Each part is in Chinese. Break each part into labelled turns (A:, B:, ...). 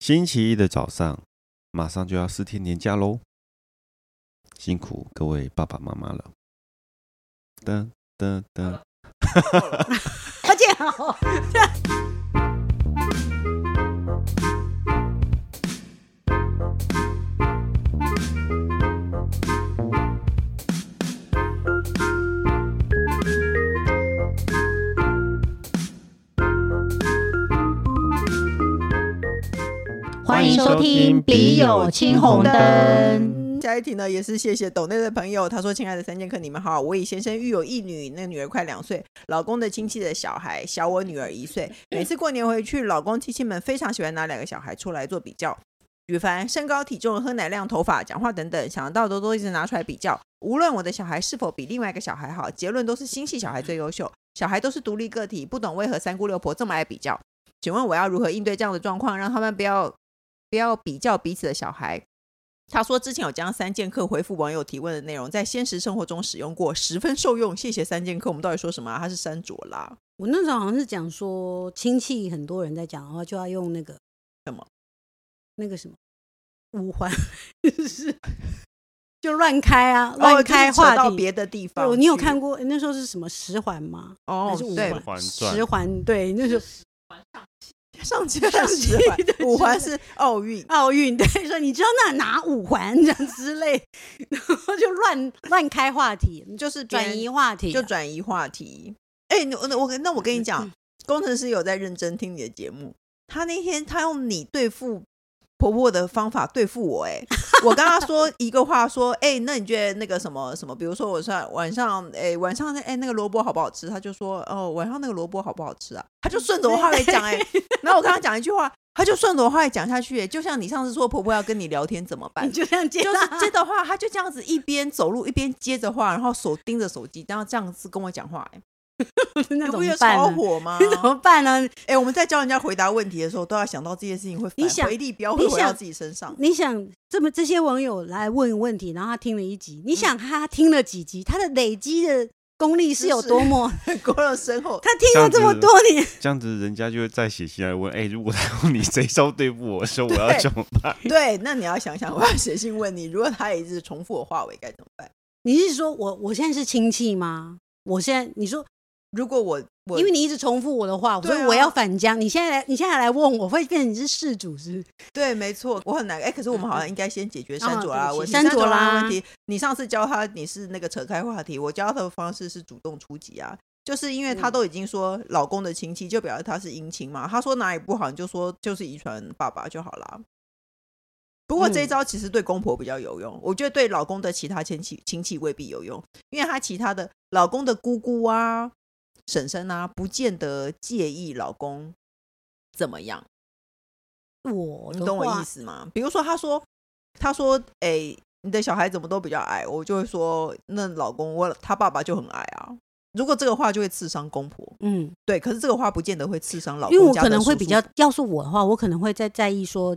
A: 星期一的早上，马上就要四天年假喽，辛苦各位爸爸妈妈了。噔噔噔，
B: 好见好。
A: 欢迎收听笔友青红灯》。
C: 下一题呢，也是谢谢抖内的朋友，他说：“亲爱的三剑客，你们好，我与先生育有一女，那个女儿快两岁，老公的亲戚的小孩小我女儿一岁。每次过年回去，老公亲戚们非常喜欢拿两个小孩出来做比较，举凡身高、体重、喝奶量、头发、讲话等等，想到的都一直拿出来比较。无论我的小孩是否比另外一个小孩好，结论都是心系小孩最优秀，小孩都是独立个体，不懂为何三姑六婆这么爱比较。请问我要如何应对这样的状况，让他们不要不要比较彼此的小孩？”他说之前有将三剑客回复网友提问的内容在现实生活中使用过，十分受用。谢谢三剑客，我们到底说什么、啊？他是山卓啦，
B: 我那时候好像是讲说，亲戚很多人在讲的话，就要用那个
C: 什么
B: 那个什么五环，就是就乱开啊，乱开
C: 哦就是扯
B: 话
C: 到
B: 题。
C: 别的地
B: 对
C: 方去。
B: 你有看过那时候是什么十环吗？还
C: 哦
B: 是五？
C: 对，
B: 环？
A: 环转
B: 十环对，那时候
C: 上街
B: 上
C: 十
B: 街
C: 环
B: 对，
C: 五环
B: 是
C: 是奥运。
B: 奥运对，说你知道那哪五环这样之类， 然后就乱乱开话题，就是转移话题啊，嗯
C: 就转移话题。哎、那那我那我跟你讲，工程师有在认真听你的节目。他那天他用你对付婆婆的方法对付我、哎，我跟他 说一个话，说，哎、那你觉得那个什么什么，比如说我说晚上，哎、晚上那哎、那个萝卜好不好吃？他就说，哦，晚上那个萝卜好不好吃啊？他
B: 嗯
C: 就顺着我话来讲、哎，然后我跟他讲一句话，他就顺着我话来讲下去、哎，就像你上次说婆婆要跟你聊天怎么办
B: 你？就这样接
C: 就是
B: 到
C: 接着话，他就这样子一边走路一边接着话，然后手盯着手机，然后这样子跟我讲话、欸，
B: 那
C: 你
B: 怎
C: 不觉
B: 么
C: 得
B: 办
C: 超
B: 呢？
C: 火吗？
B: 你怎么办呢？
C: 哎、我们在教人家回答问题的时候，都要想到这些事情会
B: 你
C: 反
B: 想
C: 回力不要
B: 你
C: 回回到
B: 想
C: 自己身 上。
B: 你想这么这些网友来问问题，然后他听了一集，
C: 嗯
B: 你想他听了几集，他的累积的功力是有 多么？
C: 过了身后，
B: 他听了这么多年，
A: 这样子人家就会再写信来问：哎、如果他用你这一招对付我的时候，我要
C: 对
A: 怎么办？
C: 对，那你要想想，我要写信问你，如果他也一直重复我话尾该怎么办？
B: 你是说我我现在是亲戚吗？我现在你说，
C: 如果我我
B: 因为你一直重复我的话，所
C: 对啊
B: 以我要反将。你现在来，你现在来问我，会变成你是事主是不是？
C: 对，没错，我很难。哎、可
B: 嗯
C: 是我们好像应该先解决山卓拉
B: 啊对不
C: 问
B: 起
C: 题。
B: 山
C: 山卓
B: 卓拉
C: 拉问题，你上次教他你是那个扯开话题，我教他的方式是主动出击啊。就是因为他
B: 嗯
C: 都已经说老公的亲戚，就表示他是姻亲嘛。他说哪里不好，你就说就是遗传爸爸就好啦。不过这一
B: 嗯
C: 招其实对公婆比较有用，我觉得对老公的其他亲戚亲戚未必有用，因为他其他的老公的姑姑啊、婶婶啊，不见得介意老公怎么样。
B: 我
C: 你
B: 的
C: 懂我
B: 话
C: 意思吗？比如说，他说，他说，哎、你的小孩怎么都比较矮，我就会说，那老公我他爸爸就很矮啊。如果这个话就会刺伤公婆，
B: 嗯，
C: 对，可是这个话不见得会刺伤老公
B: 因为我
C: 家
B: 可
C: 的
B: 能会
C: 叔
B: 比
C: 叔
B: 较，要是我的话，我可能会在在意说，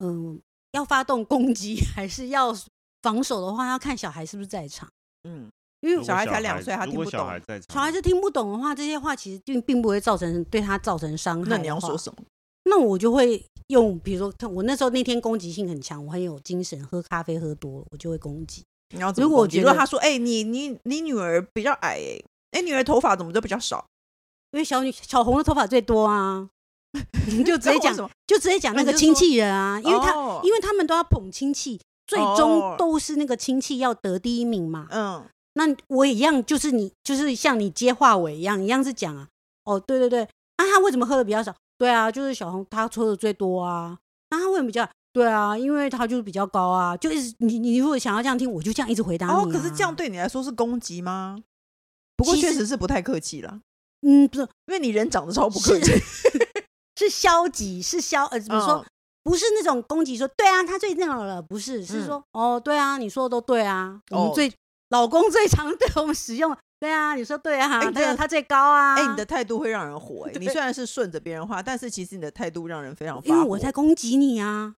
B: 嗯、要发动攻击还是要防守的话，要看小孩是不是在场。
C: 嗯，
A: 如
B: 因为
A: 果
C: 小孩才两岁他
A: 如
C: 听
A: 果
C: 不
A: 小
C: 懂
A: 孩在
B: 小孩
A: 场，
B: 子听不懂的话，这些话其实并并不会造成对他造成伤害。
C: 那你要说什么？
B: 那我就会用，比如说，我那时候那天攻击性很强，我很有精神，喝咖啡喝多了，我就会攻击。
C: 你要怎么
B: 如果
C: 攻击
B: 我觉
C: 如果
B: 得
C: 他说，哎、你你你女儿比较矮、哎，哎，女儿头发怎么都比较少？
B: 因为小女小红的头发最多啊， 你就 直接
C: 那为
B: 讲
C: 什，么
B: 就直接讲
C: 那你
B: 那个
C: 就
B: 亲
C: 说
B: 戚人啊，因为他、
C: 哦
B: 因为他们都要捧亲戚，最
C: 哦
B: 终都是那个亲戚要得第一名嘛。
C: 嗯，
B: 那我也一样，就是你，就是像你接话尾一样，一样是讲啊，哦，对对对，啊，他为什么喝的比较少？对啊，就是小红他抽的最多啊，那他为什么比较？对啊，因为他就是比较高啊，就一直你你如果想要这样听，我就这样一直回答你、啊。
C: 哦，可是这样，对你来说是攻击吗？不过
B: 其
C: 确
B: 实
C: 实是不太客气啦，
B: 嗯，不是
C: 因为你人长得超不客
B: 是
C: 气。
B: 是消极，是消呃怎么说？
C: 嗯
B: 不是那种攻击说对啊，他最那个了，不是，是说、哦对啊，你说的都对啊，我
C: 嗯哦
B: 们最、老公最常 对我们使用，对啊，你说对啊，
C: 哎你
B: 对啊，
C: 的
B: 他最高啊，
C: 哎、你的态度会让人 火、哎，你
B: 对
C: 虽然是顺着别人话，但是其实你的态度让人非常发火。
B: 因为我在攻击 你啊。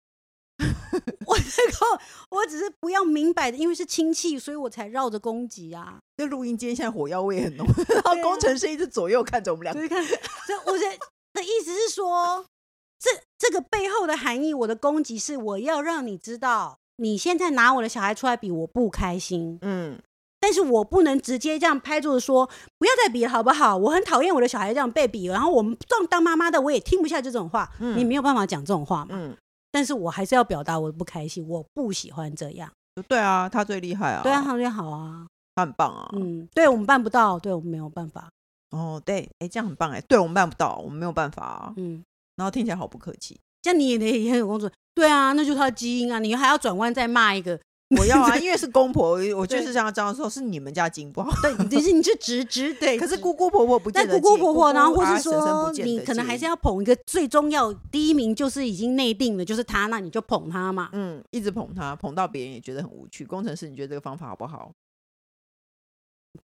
B: 我在攻，我只是不要明摆的，因为是亲戚，所以我才绕着攻击 啊。
C: 那录音间现在火药味很浓，然后
B: 对啊
C: 工程师一直左右看着我们两
B: 就
C: 个。
B: 是看，这我的的意思是说，这这个背后的含义，我的攻击是我要让你知道，你现在拿我的小孩出来比，我不开心。
C: 嗯，
B: 但是我不能直接这样拍桌子说不要再比了好不好？我很讨厌我的小孩这样被比，然后我们当当妈妈的我也听不下这种话，
C: 嗯
B: 你没有办法讲这种话嘛。
C: 嗯，
B: 但是我还是要表达我不开心，我不喜欢这样。
C: 对啊，他最厉害啊，
B: 对啊，他说好啊，
C: 他很棒啊。
B: 嗯，对我们办不到，对我们没有办法，
C: 哦，对，哎，这样很棒哎，对我们办不到，我们没有办法啊。
B: 嗯，
C: 然后听起来好不客气，
B: 这样你也得也很有工作。对啊，那就是他的基因啊，你还要转弯再骂一个，
C: 我要啊，因为是公婆，我就
B: 对
C: 是这样这样说，是你们家经不好。
B: 对，你是你是 直直对，
C: 可是
B: 直
C: 姑姑婆婆不
B: 但
C: 见得
B: 姑
C: 介，
B: 姑婆婆，然后或
C: 啊
B: 是
C: 婶婶
B: 说
C: 不见
B: 你
C: 得
B: 可能还
C: 介
B: 是要捧一个最重要第一名，就是已经内定的，就是他，那你就捧他嘛。
C: 嗯，一直捧他，捧到别人也觉得很无趣。工程师，你觉得这个方法好不好？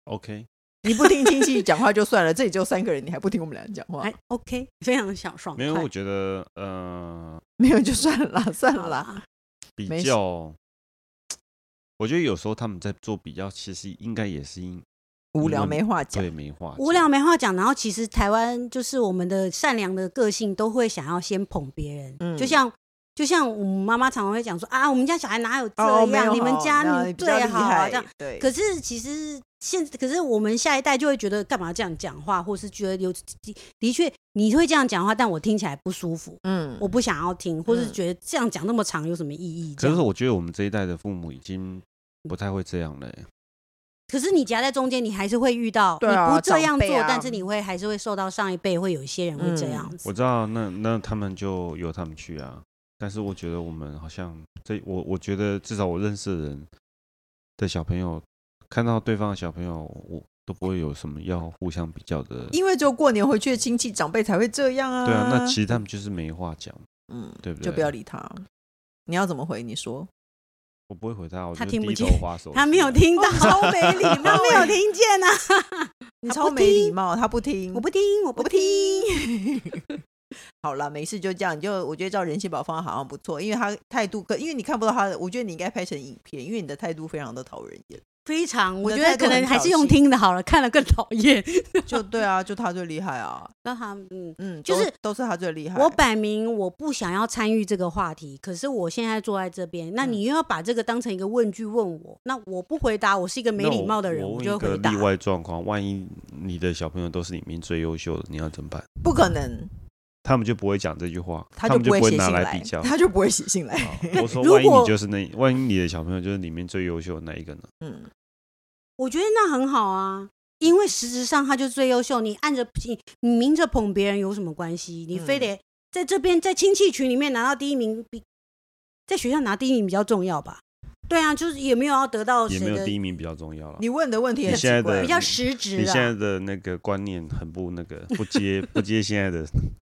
A: OK，
C: 你不听亲戚讲话就算了，这里就三个人，你还不听我们俩人讲话
B: 还，OK，非常小爽
A: 没
B: 快。
A: 有，我觉得呃，
C: 没有就算了 啦，算了
B: 好
C: 啦。
B: 啦，
A: 比
C: 没事
A: 较，我觉得有时候他们在做比较，其实应该也是因
C: 无聊
A: 因为
C: 没话讲
B: 嗯
A: 对，没话讲，
B: 无聊没话讲。然后其实台湾就是我们的善良的个性，都会想要先捧别人。
C: 嗯
B: 就像就像我们妈妈常常会讲说啊，我们家小孩哪有这
C: 哦，没
B: 样，
C: 有
B: 你们
C: 好
B: 家
C: 那
B: 你
C: 比较
B: 最
C: 厉
B: 好啊
C: 害
B: 这样。
C: 对，
B: 可是其实现，可是我们下一代就会觉得干嘛这样讲话，或是觉得有的的确你会这样讲话，但我听起来不舒服，
C: 嗯，
B: 我不想要听，或是
C: 嗯
B: 觉得这样讲那么长有什么意义？这
A: 可
B: 样
A: 是我觉得我们这一代的父母已经不太会这样了欸、
B: 可是你夹在中间，你还是会遇到，
C: 对啊
B: 你不这样
C: 长辈
B: 做，
C: 啊嗯
B: 但是你会还是会受到上一辈会有一些人会这样子。
A: 我知道，那那他们就由他们去啊。但是我觉得我们好像这，我我觉得至少我认识的人的小朋友，看到对方的小朋友，我都不会有什么要互相比较的。
C: 因为只有过年回去的亲戚长辈才会这样啊。
A: 对啊，
B: 呃
A: 那其实他们就是没话讲，
C: 嗯，
A: 对不对？
C: 就不要理他。你要怎么回？你说，
A: 我不会回他，我
B: 他
A: 就
B: 听不
A: 低头
B: 见
A: 滑手机啊。
B: 他没有听到，
C: 超没礼貌
B: 他没有听见啊！
C: 你
B: 他
C: 超
B: 不
C: 没礼
B: 听
C: 貌，他不听，
B: 我不听，我不
C: 我不
B: 听。
C: 听。好了，没事，就这样。你就我觉得照人气宝方法好像不错，因为他态度可，因为你看不到他的，我觉得你应该拍成影片，因为你的态度非常的讨人厌。
B: 非常，我
C: 你
B: 觉
C: 的态
B: 得
C: 度
B: 可能
C: 很
B: 还
C: 挑
B: 是用
C: 衅
B: 听的好了，看了更讨厌。
C: 就对啊，就他最厉害啊，
B: 那他，嗯，
C: 嗯，
B: 就
C: 都
B: 是
C: 都是他最厉害。
B: 我摆明我不想要参与这个话题，可是我现在坐在这边，那你又要把这个当成一个问句问我，那我不回答，我是一个没
A: 那
B: 礼
A: 我
B: 貌的人，
A: 我
B: 我
A: 问
B: 就
A: 一
B: 会
A: 个
B: 回答
A: 例。外状况，万一你的小朋友都是里面最优秀的，你要怎么办？
C: 不可能，
A: 他们就不会讲这句话，
C: 他
A: 他们
C: 不
A: 就
C: 会
A: 不会
C: 写
A: 拿
C: 信
A: 来比 较。
C: 他就不会写信来。
A: 好啊我说，
B: 如
A: 万一
B: 果
A: 你就是那，万一你的小朋友就是里面最优秀的那一个呢？
C: 嗯，
B: 我觉得那很好啊，因为实质上他就是最优秀，你按着你你明着捧别人有什么关系？你非
C: 嗯
B: 得在这边在亲戚群里面拿到第一名，比在学校拿第一名比较重要吧？对啊，就是也没有要得到
A: 也
B: 谁
A: 没有
B: 的
A: 第一名比较重要了。
C: 哦你问的问题
A: 你
C: 很
A: 现在
C: 奇
A: 的
C: 怪
B: 比，较实质
A: 你现在
B: 啊。
A: 的那个观念很不那个，不接不接现 在的，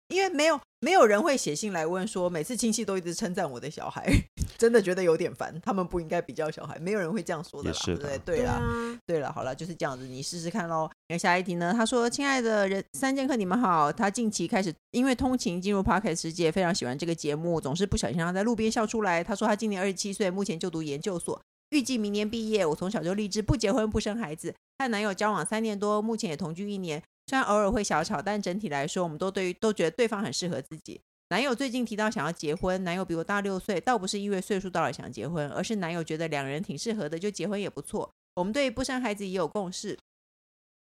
C: 因为没有没有人会写信来问说，每次亲戚都一直称赞我的小孩， 真的觉得有点烦。他们不应该比较小孩，没有人会这样说的啦，
A: 也是
C: 对不对？
A: 啦
C: 对啦，
B: 啊，
C: 对了，好了，就是这样子，你试试看喽。那下一题呢？他说：“亲爱的人三剑客，你们好。他近期开始因为通勤进入 Pocket 世界，非常喜欢这个节目，总是不小心让他在路边笑出来。他说他今年二十七岁，目前就读研究所，预计明年毕业。我从小就立志不结婚不生孩子，和男友交往三年多，目前也同居一年。虽然偶尔会小吵，但整体来说，我们都对于都觉得对方很适合自己。”男友最近提到想要结婚，男友比我大六岁，倒不是因为岁数到了想结婚，而是男友觉得两人挺适合的，就结婚也不错。我们对不生孩子也有共识。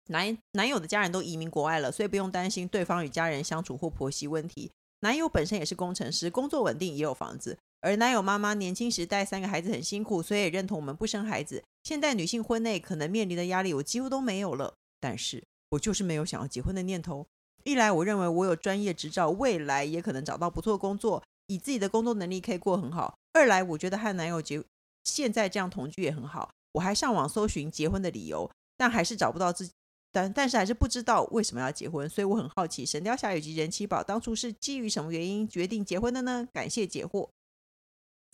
C: 男男友的家人都移民国外了，所以不用担心对方与家人相处或婆媳问题。男友本身也是工程师，工作稳定，也有房子。而男友妈妈年轻时带三个孩子很辛苦，所以也认同我们不生孩子。现代女性婚内可能面临的压力，我几乎都没有了。但是我就是没有想要结婚的念头。一来，我认为我有专业执照，未来也可能找到不错的工作，以自己的工作能力可以过很好；二来，我觉得和男友结现在这样同居也很好。我还上网搜寻结婚的理由，但还是找不到自己。但但是还是不知道为什么要结婚，所以我很好奇，《神雕侠侣》及《人妻宝》当初是基于什么原因决定结婚的呢？感谢解惑。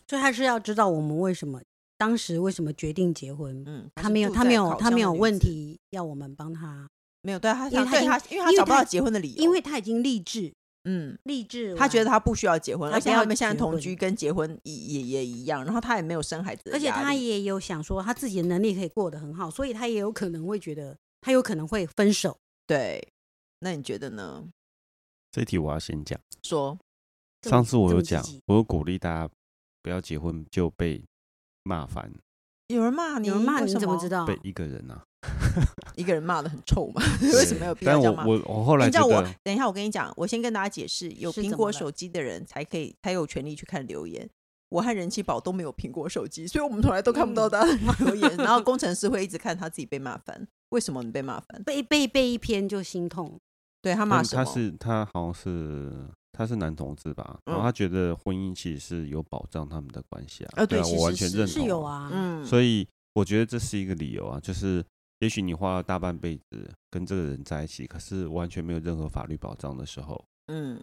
B: 所以他是要知道我们为什么当时为什么决定结婚。
C: 嗯，
B: 他没有，
C: 是
B: 他
C: 住在
B: 没有，
C: 烤
B: 他没
C: 箱
B: 有
C: 的女
B: 问
C: 子，
B: 题要我们帮他，
C: 没有对他，
B: 因为他
C: 对
B: 已
C: 他，因
B: 经
C: 为他
B: 因为
C: 找不
B: 他
C: 到结婚的理由，
B: 因为他已经立志，
C: 嗯，
B: 立志完，
C: 他觉得他不需要结婚，
B: 他
C: 而且
B: 不要
C: 他们现在
B: 结
C: 同
B: 婚
C: 居跟结婚也也也一样，然后他也没有生孩子的
B: 而且
C: 压
B: 他
C: 力
B: 也有想说他自己的能力可以过得很好，所以他也有可能会觉得他有可能会分手。
C: 对，那你觉得呢？
A: 这一题我要先讲。
C: 说
B: 这么
A: 上次我有
B: 这么积
A: 讲
B: 极，
A: 我有鼓励大家不要结婚就被骂烦，
C: 有人骂你，
B: 有人骂
C: 为
B: 你
C: 什
B: 怎么知？道？
A: 被一个人 啊。
C: 一个人骂的很臭 嘛，为什么有必要
A: 但
C: 这
A: 我
C: 样骂？
A: 我我后来
C: 你知
A: 觉
C: 道我
A: 得，
C: 等一下，我跟你讲，我先跟大家解释，有
B: 是
C: 苹
B: 怎
C: 果
B: 么了
C: 手机的人才可以，才有权利去看留言。我和人气宝都没有苹果手机，所以我们从来都看不
B: 嗯
C: 到大家的留言。然后工程师会一直看他自己被骂烦，为什么你被骂烦？
B: 被被被一篇就心痛，
C: 对他骂
A: 他
C: 什么？
A: 嗯他是他好像是他是男同志吧，然后
C: 嗯
A: 他觉得婚姻其实是有保障他们的关系啊。
C: 呃
A: 对
C: 对
A: 啊，
C: 其
A: 我完
C: 实
A: 全
C: 是
A: 认同。
B: 是有。啊，
C: 嗯，
A: 所以我觉得这是一个理由啊，就是也许你花了大半辈子跟这个人在一起，可是完全没有任何法律保障的时候，
C: 嗯，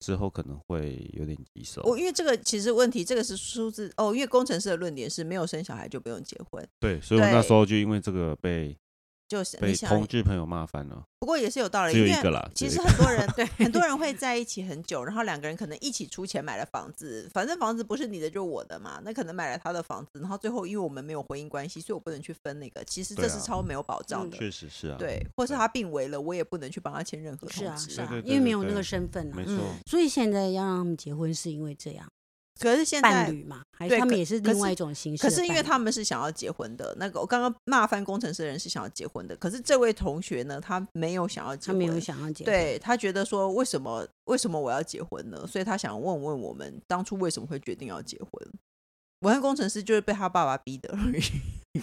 A: 之后可能会有点棘手。
C: 我因为这个其实问题，这个是出自哦，因为工程师的论点是没有生小孩就不用结婚，
A: 对，所以我那
C: 对
A: 时候就因为这个被
C: 就是
A: 被
C: 你想
A: 同，志朋友骂翻了，
C: 不过也是有道理，
A: 只
C: 因
A: 有
C: 为
A: 一个啦。
C: 其
A: 只
C: 实
A: 有一
C: 很多人
B: 对
C: 很多人会在一起很久，然后两个人可能一起出钱买了房子，反正房子不是你的就是我的嘛，那可能买了他的房子，然后最后因为我们没有婚姻关系，所以我不能去分那个，其实这
A: 对
C: 是
A: 啊
C: 超没有保障
A: 个
B: 嗯
C: 的，
A: 确实是啊，
C: 对，或是
A: 对
C: 他病危了，我也不能去帮他签任何
B: 是啊
C: 通知
B: 是啊
A: 对对，对
B: 因为没有
A: 对
B: 那个
A: 对
B: 身份啊
A: 没，错。
C: 嗯
B: 所以现在要让他们结婚是因为这样，
C: 可是现
B: 伴
C: 在。
B: 侣嘛，还是
C: 对
B: 他们
C: 可
B: 也是
C: 可
B: 另外
C: 是
B: 一种形式
C: 可
B: 的伴侣。
C: 是因为他们是想要结婚的，那个我刚刚骂翻工程师的人是想要结婚的，可是这位同学呢，他没有想要结
B: 他
C: 婚，
B: 没有想要结婚，
C: 对他觉得说为什么为什么我要结婚呢？所以他想问问我们当初为什么会决定要结婚。我和工程师就是被他爸爸逼的而已。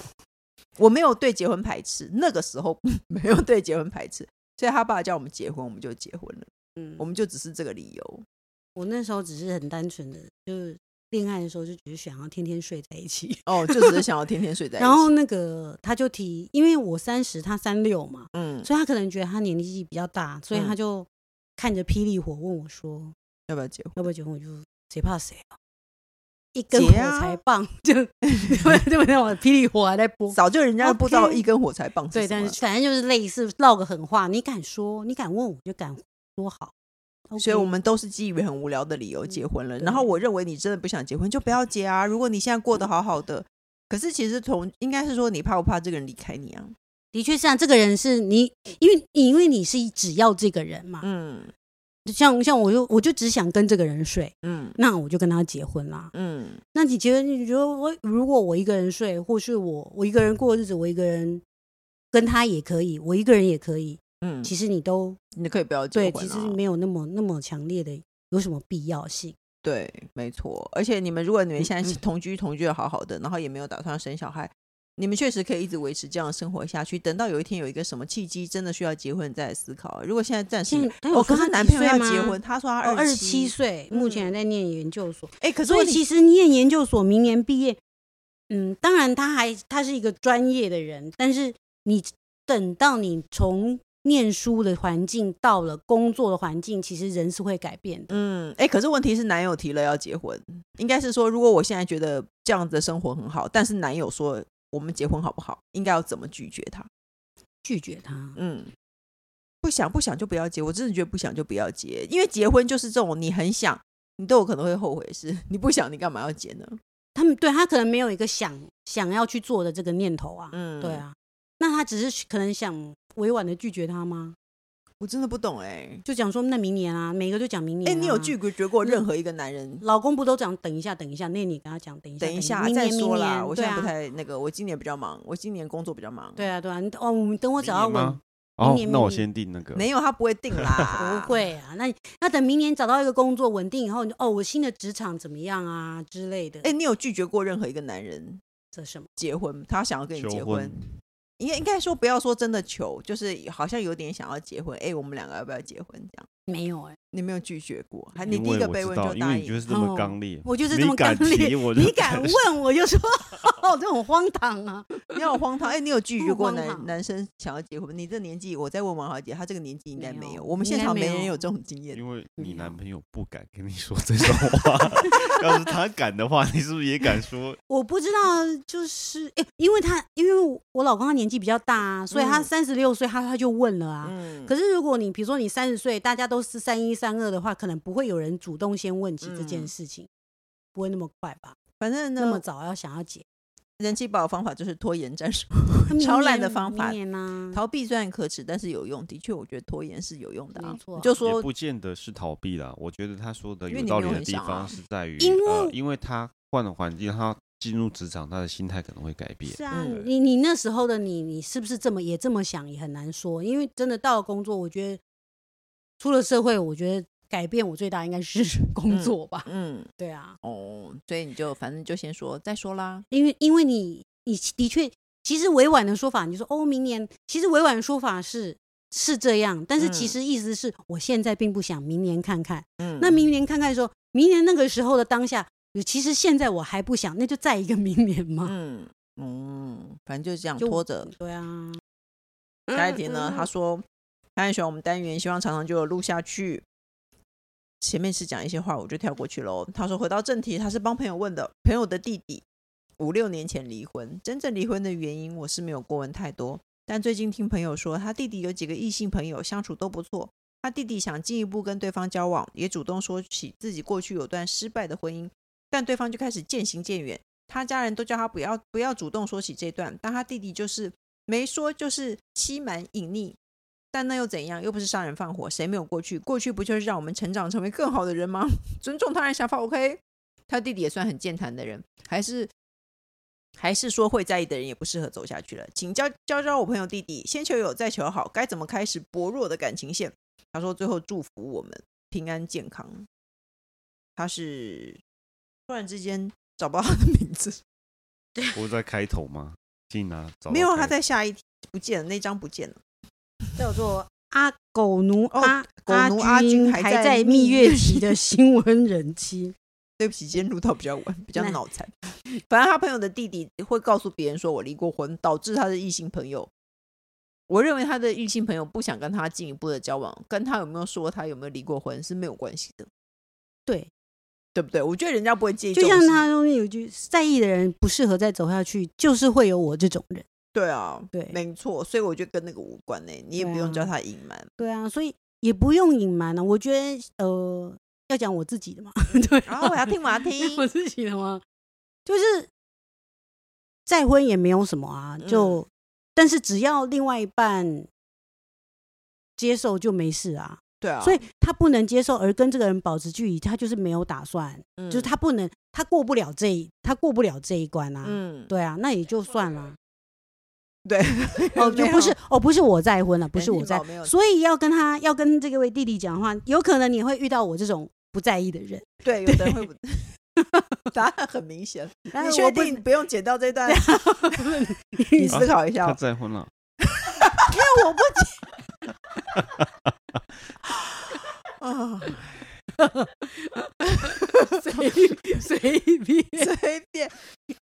C: 我没有对结婚排斥，那个时候 没有对结婚排斥，所以他爸叫我们结婚，我们就结婚了，
B: 嗯，
C: 我们就只是这个理由。
B: 我那时候只是很单纯的，就是恋爱的时候就只是想要天天睡在一起。
C: 哦，就只是想要天天睡在一起。
B: 然后，那个他就提，因为我三十，他三六嘛，
C: 嗯，
B: 所以他可能觉得他年纪比较大，所以他
C: 嗯
B: 就看着霹雳火问我说
C: 要不要结婚？：“
B: 要不要结婚？”我就谁怕谁啊，一根火
C: 结啊
B: 柴棒、 就对 不对？不对？我霹雳火还在播，
C: 早就人家不知道
B: OK
C: 一根火柴棒
B: 哦对，
C: 什么啊
B: 但
C: 了
B: 是反正就是类似唠个狠话，你敢说，你敢问我就敢说好。
C: 所以
B: OK 嗯
C: 我们都是基于很无聊的理由结婚了。
B: 对
C: 然后我认为你真的不想结婚，就不要结啊！如果你现在过得好好的，可是其实从应该是说你怕不怕这个人离开你啊？
B: 的确是啊，这个人是你，因为因为你是只要这个人嘛，
C: 嗯
B: 像像我就我就只想跟这个人睡，
C: 嗯
B: 那我就跟他结婚啦。
C: 嗯，
B: 那你觉得你觉得我如果我一个人睡，或是我我一个人过日子，我一个人跟他也可以，我一个人也可以。
C: 嗯，
B: 其实你都
C: 你可以不要结
B: 对，
C: 婚、啊，
B: 其实没有那么那么强烈的有什么必要性。
C: 对，没错。而且你们如果你们现在是
B: 嗯嗯
C: 同居，同居的好好的，然后也没有打算生小孩，你们确实可以一直维持这样的生活下去。等到有一天有一个什么契机，真的需要结婚，你再来思考。啊如果现在暂时
B: 现
C: 没
B: 在
C: 有，哦，可是男朋友要结婚，，他说他
B: 哦二十七
C: 七，
B: 岁，目前还在念研究所，
C: 哎、可是
B: 所
C: 问
B: 以
C: 题
B: 其实念研究所，明年毕业，嗯，当然他还他是一个专业的人，但是你等到你从念书的环境到了工作的环境，其实人是会改变的。
C: 嗯，哎、可是问题是男友提了要结婚，应该是说，如果我现在觉得这样子的生活很好，但是男友说我们结婚好不好，应该要怎么拒绝他？
B: 拒绝他，
C: 嗯，不想不想就不要结，我真的觉得不想就不要结，因为结婚就是这种你很想，你都有可能会后悔的事，你不想你干嘛要结呢？
B: 他们对他可能没有一个想想要去做的这个念头啊，
C: 嗯
B: 对，啊，那他只是可能想委婉的拒绝他吗？
C: 我真的不懂哎、欸，
B: 就讲说那明年啊，每个就讲明年、啊。
C: 哎、你有拒绝过
B: 那
C: 任何一个男人？
B: 老公不都讲等一下，等一下？那你跟他讲等一下，
C: 等一下
B: 明
C: 再
B: 年
C: 说
B: 明
C: 啦，
B: 年
C: 我
B: 对
C: 现在不
B: 啊，
C: 太那个，我今年比较忙，我今年工作比较忙。
B: 对啊，对啊，你哦，我们等我
A: 我
B: 找到稳，
A: 哦
B: 明年，
A: 那我
B: 明年
A: 先定那个。
C: 没有他不会定啦，
B: 不。会啊，那那等明年找到一个工作稳定以后，你就哦，我新的职场怎么样啊之类的？
C: 哎、你有拒绝过任何一个男人
B: 这什么？
C: 结婚，他想要跟你
A: 求
C: 结
A: 婚
C: 婚，应该应该说不要说真的求，就是好像有点想要结婚，哎、我们两个要不要结婚这样？
B: 没有哎、
C: 你没有拒绝过，还你
A: 因
C: 第一
A: 为
C: 个
A: 我
C: 被
A: 知
C: 问
A: 道
C: 就
A: 因
C: 答
A: 为你
C: 应
A: 就。是这么
B: 哦
A: 刚烈，
B: 我就是
A: 你
B: 这么
A: 敢
B: 刚烈
A: 提我就
B: 你敢问我就说， 哦，这很荒唐啊！
C: 你好荒唐，哎、你有拒绝
B: 很
C: 过
B: 荒
C: 男
B: 唐
C: 男生想要结婚？你这年纪，我在问王豪姐，她这个年纪应该没
B: 没
C: 有，
B: 有
C: 我们
B: 应
C: 现
B: 该
C: 场
B: 没
C: 没人
B: 有
C: 有这种经验。
A: 因为你
B: 嗯
A: 男朋友不敢跟你说这种话， 要是他敢的话，你是不是也敢说？
B: 我不知道，就是哎、因为他因为我老公他年纪比较大、啊，所以他
C: 嗯
B: 三十六岁他他就问了啊。
C: 嗯
B: 可是如果你比如说你三十岁，大家都是三一三二的话，可能不会有人主动先问起这件
C: 嗯
B: 事情，不会那么快吧？
C: 反正
B: 那么
C: 呢，
B: 早要想要结，
C: 人气宝的方法就是拖延战术，
B: 那明
C: 超烂
B: 年
C: 的方法
B: 明年啊呢、
C: 逃避虽然可耻，但是有用。的确，我觉得拖延是有用的、啊。
B: 没错
C: 你就
A: 也
C: 说
A: 不见得是逃避啦。我觉得他说的
C: 因为
A: 有
C: 你
A: 道
C: 没
A: 理
C: 有
A: 的
C: 很
A: 地
C: 想啊
A: 方是在于，
B: 因
A: 呃
B: 为，
A: 因为他换了环境，他进入职场，他的心态可能会改变。
B: 是啊，
C: 嗯
B: 你你那时候的你，你是不是这么也这么想也很难说，因为真的到了工作，我觉得出了社会，我觉得改变我最大应该是 工作吧。
C: 嗯，
B: 对啊，
C: 哦，所以你就反正就先说再说啦。
B: 因为因为你你的确，其实委婉的说法，你就说哦，明年其实委婉的说法是是这样，但是其
C: 嗯
B: 实意思是、我现在并不想明年看看，
C: 嗯，
B: 那明年看看说明年那个时候的当下，其实现在我还不想，那就再一个明年嘛。
C: 嗯嗯，反正就是这样
B: 就
C: 拖着。
B: 对啊，
C: 下
B: 嗯
C: 一题呢，他说他很喜欢我们单元，希望常常就有录下去。前面是讲一些话，我就跳过去喽。他说回到正题，他是帮朋友问的，朋友的弟弟五六年前离婚，真正离婚的原因我是没有过问太多，但最近听朋友说，他弟弟有几个异性朋友相处都不错。他弟弟想进一步跟对方交往，也主动说起自己过去有段失败的婚姻，但对方就开始渐行渐远。他家人都叫他不要不要主动说起这段，但他弟弟就是没说，就是欺瞒隐匿。但那又怎样？又不是杀人放火，谁没有过去？过去不就是让我们成长成为更好的人吗？ 尊重他人想法，OK。他弟弟也算很健谈的人，还是还是说会在意的人也不适合走下去了。请教教教我朋友弟弟，先求有再求好，该怎么开始薄弱的感情线？他说最后祝福我们平安健康。他是突然之间找不到他的名字，
A: 我在开头吗？进啊，找到
C: 没有，
A: 开
C: 他
A: 头
C: 在下一题不见了，那张不见了。
B: 嗯叫做阿狗奴
C: 哦
B: 阿、
C: 狗奴阿军还
B: 还
C: 在
B: 在
C: 蜜
B: 蜜
C: 月
B: 月期的新闻 人妻，
C: 对不起，今天录到比较晚，比较
B: 那
C: 脑残。反正他朋友的弟弟会告诉别人说我离过婚，导致他的异性朋友。我认为他的异性朋友不想跟他进一步的交往，跟他有没有说他有没有离过婚是没有关系的，
B: 对，
C: 对不对？我觉得人家不会介意这
B: 就
C: 种
B: 像
C: 事，
B: 他中间有一句，在意的人不适合再走下去，就是会有我这种人。
C: 对啊，
B: 对
C: 没错，所以我觉得跟那个无关呢、你也
B: 对
C: 不用
B: 啊
C: 叫他隐瞒。
B: 对啊，所以也不用隐瞒啊了、我觉得呃，要讲我自己的嘛， 对啊、
C: 然哦后、我要听，我要 听，
B: 我自己的嘛，就是再婚也没有什么啊，
C: 嗯
B: 就、但是只要另外一半接受就没事啊。
C: 对啊，
B: 所以他不能接受而跟这个人保持距离，他就是没有打算，
C: 就
B: 就是他不能，他过不了这一，他过不了这一关啊。
C: 嗯，
B: 对啊，那也就算了。
C: 对，
B: 哦，就不是哦，不是我再婚了，不
C: 人
B: 是我
C: 力
B: 再
C: 宝没有，
B: 所以要跟他要跟这个位弟弟讲的话，有可能你会遇到我这种不在意的人。
C: 对，有的人会 不，答案很明显。
B: 但
C: 你
B: 是我
C: 确
B: 不
C: 定不 用剪掉这段？
B: 你
C: 你思考一下
A: 他
C: 哦，
A: 再婚了，
C: 我不剪。
B: 随随便，
C: 啊，随便，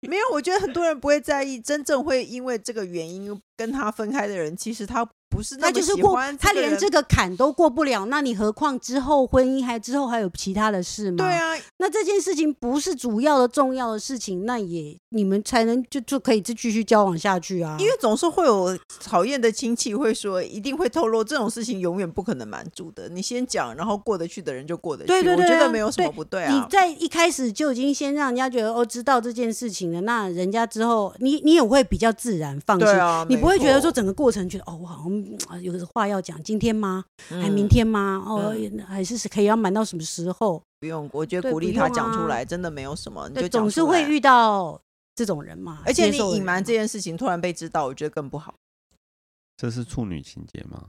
C: 没有。我觉得很多人不会在意，真正会因为这个原因跟他分开的人，其实他不是那
B: 他
C: 么
B: 就是
C: 喜
B: 过
C: 欢，
B: 他
C: 个
B: 连
C: 人
B: 这个坎都过不了，那你何况之后婚姻还之后还有其他的事吗？
C: 对，啊，
B: 那这件事情不是主要的重要的事情，那也你们才能就就可以继续交往下去啊。
C: 因为总是会有讨厌的亲戚会说，一定会透露这种事情，永远不可能瞒住的。你先讲，然后过得去的人就过得去。
B: 对对对
C: 我觉得
B: 啊
C: 没有什
B: 对
C: 么不对
B: 你
C: 啊。
B: 在一开始就已经先让人家觉得哦知道这件事情了，那人家之后你你也会比较自然放心，
C: 对啊，
B: 你
C: 没
B: 不会觉得
C: 错
B: 说整个过程觉得哦我好像嗯啊有话要讲，今天吗？还
C: 嗯
B: 哎明天吗？哦、还是可以要瞒到什么时候？
C: 不用，我觉得
B: 对
C: 鼓
B: 不
C: 励他
B: 用
C: 讲出
B: 啊
C: 来，真的没有什么，你就
B: 对，
C: 讲
B: 总
C: 出
B: 是会
C: 来
B: 遇到这种人嘛，
C: 而且
B: 接受的
C: 你隐
B: 人啊
C: 瞒
B: 嘛
C: 这件事情突然被知道，我觉得更不好。
A: 这是处女情节吗？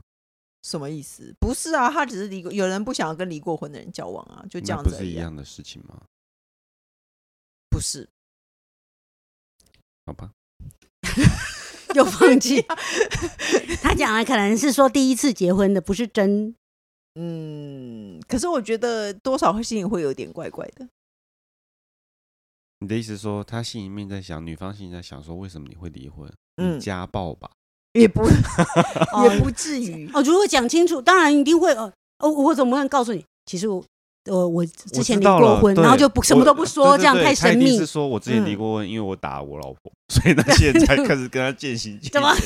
C: 什么意思？不是啊，他只是离过，有人不想要跟离过婚的人交往啊，就这
A: 那
C: 样
A: 不
C: 子而
A: 是一
C: 已啊、
A: 样的事情吗？
C: 不是，
A: 好吧，
B: 又 放弃。他讲的可能是说第一次结婚的不是 真，
C: 嗯，可是我觉得多少心里会有点怪怪的。
A: 你的意思说他心里面在想，女方心里在想说，为什么你会离婚？
C: 嗯
A: 你家暴吧？
C: 也不
B: 哦
C: 也不至于，
B: 哦，如果讲清楚，当然一定会哦哦，我怎么能告诉你？其实我呃我之前
A: 我知
B: 离
A: 道
B: 过
A: 了
B: 婚，
A: 对
B: 然后就不什么
A: 我
B: 都不说，
A: 对对
B: 这样
A: 对
B: 太
A: 他一
B: 神
A: 定
B: 秘
A: 是。说我之前离
C: 嗯
A: 过婚，因为我打我老婆，所以他现在开始跟他渐行渐
B: 怎 么
A: 远。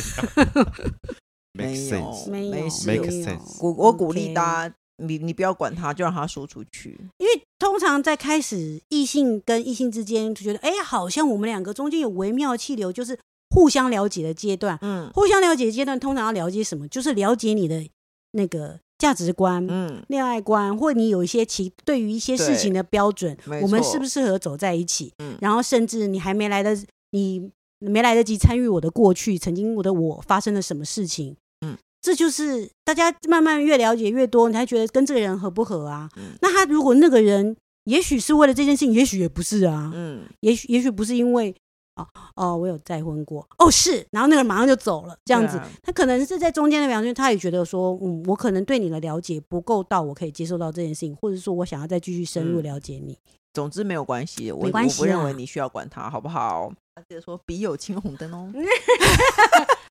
A: Make
C: 没有
A: sense？
B: 没有
C: 没
B: 没
C: 事
A: ，make
B: 有
A: sense
C: 鼓我鼓励大家你你不要管他，就让他说出去。
B: 因为通常在开始异性跟异性之间就觉得，哎、好像我们两个中间有微妙气流，就是互相了解的阶段。
C: 嗯
B: 互相了解的阶段，通常要了解什么？就是了解你的那个价值观、
C: 嗯，
B: 恋爱观，或你有一些其对于一些事情的标准
C: 没，
B: 我们
C: 错
B: 适不适合走在一起？
C: 嗯
B: 然后甚至你还没来得你没来得及参与我的过去，曾经我的我发生了什么事情？
C: 嗯，
B: 这就是大家慢慢越了解越多，你才觉得跟这个人合不合啊？
C: 嗯
B: 那他如果那个人，也许是为了这件事情，也许也不是啊，
C: 嗯，
B: 也许也许不是因为。哦哦，我有再婚过哦，是，然后那个人马上就走了，这样子，
C: 对啊
B: 他可能是在中间的表现，他也觉得说，嗯，我可能对你的了解不够到，我可以接受到这件事情，或者说我想要再继续深
C: 嗯
B: 入了解你。
C: 总之没有关系，我
B: 没关
C: 我不
B: 系啊
C: 认为
B: 啦
C: 你需要管他，好不好？记得说笔友青红灯哦。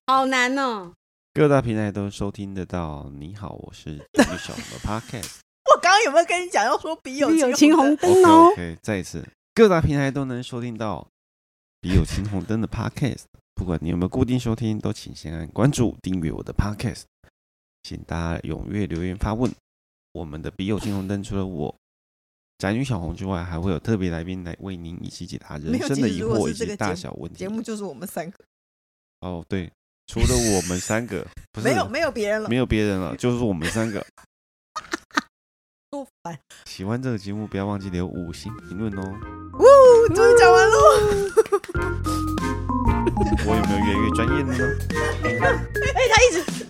B: 好难哦，
A: 各大平台都收听得到。你好，我是李小的 Podcast。
C: 我刚刚有没有跟你讲要说笔友
B: 有青红
C: 灯？
B: 灯
A: OK
B: 哦。
A: OK，再一次，各大平台都能收听到笔友青红灯的 Podcast。不管你有没有固定收听，都请先按关注、订阅我的 Podcast。请大家踊跃留言发问。我们的笔友青红灯除了我宅女小红之外，还会有特别来宾来为您一起解答人
C: 没有
A: 生
C: 其
A: 的
C: 实
A: 疑
C: 如果
A: 惑
C: 是
A: 以
C: 这个
A: 及大
C: 节
A: 小问题
C: 节。目就是我们三个，
A: 哦，对，除了我们三 个，不是
C: 没有没有别人了
A: 没。有别人了，就是我们三个。
B: 多烦！
A: 喜欢这个节目，不要忘记留五星评论哦。
C: 呜，终于讲 完喽。
A: 我有没有越来越专业了呢？
B: 哎、他一直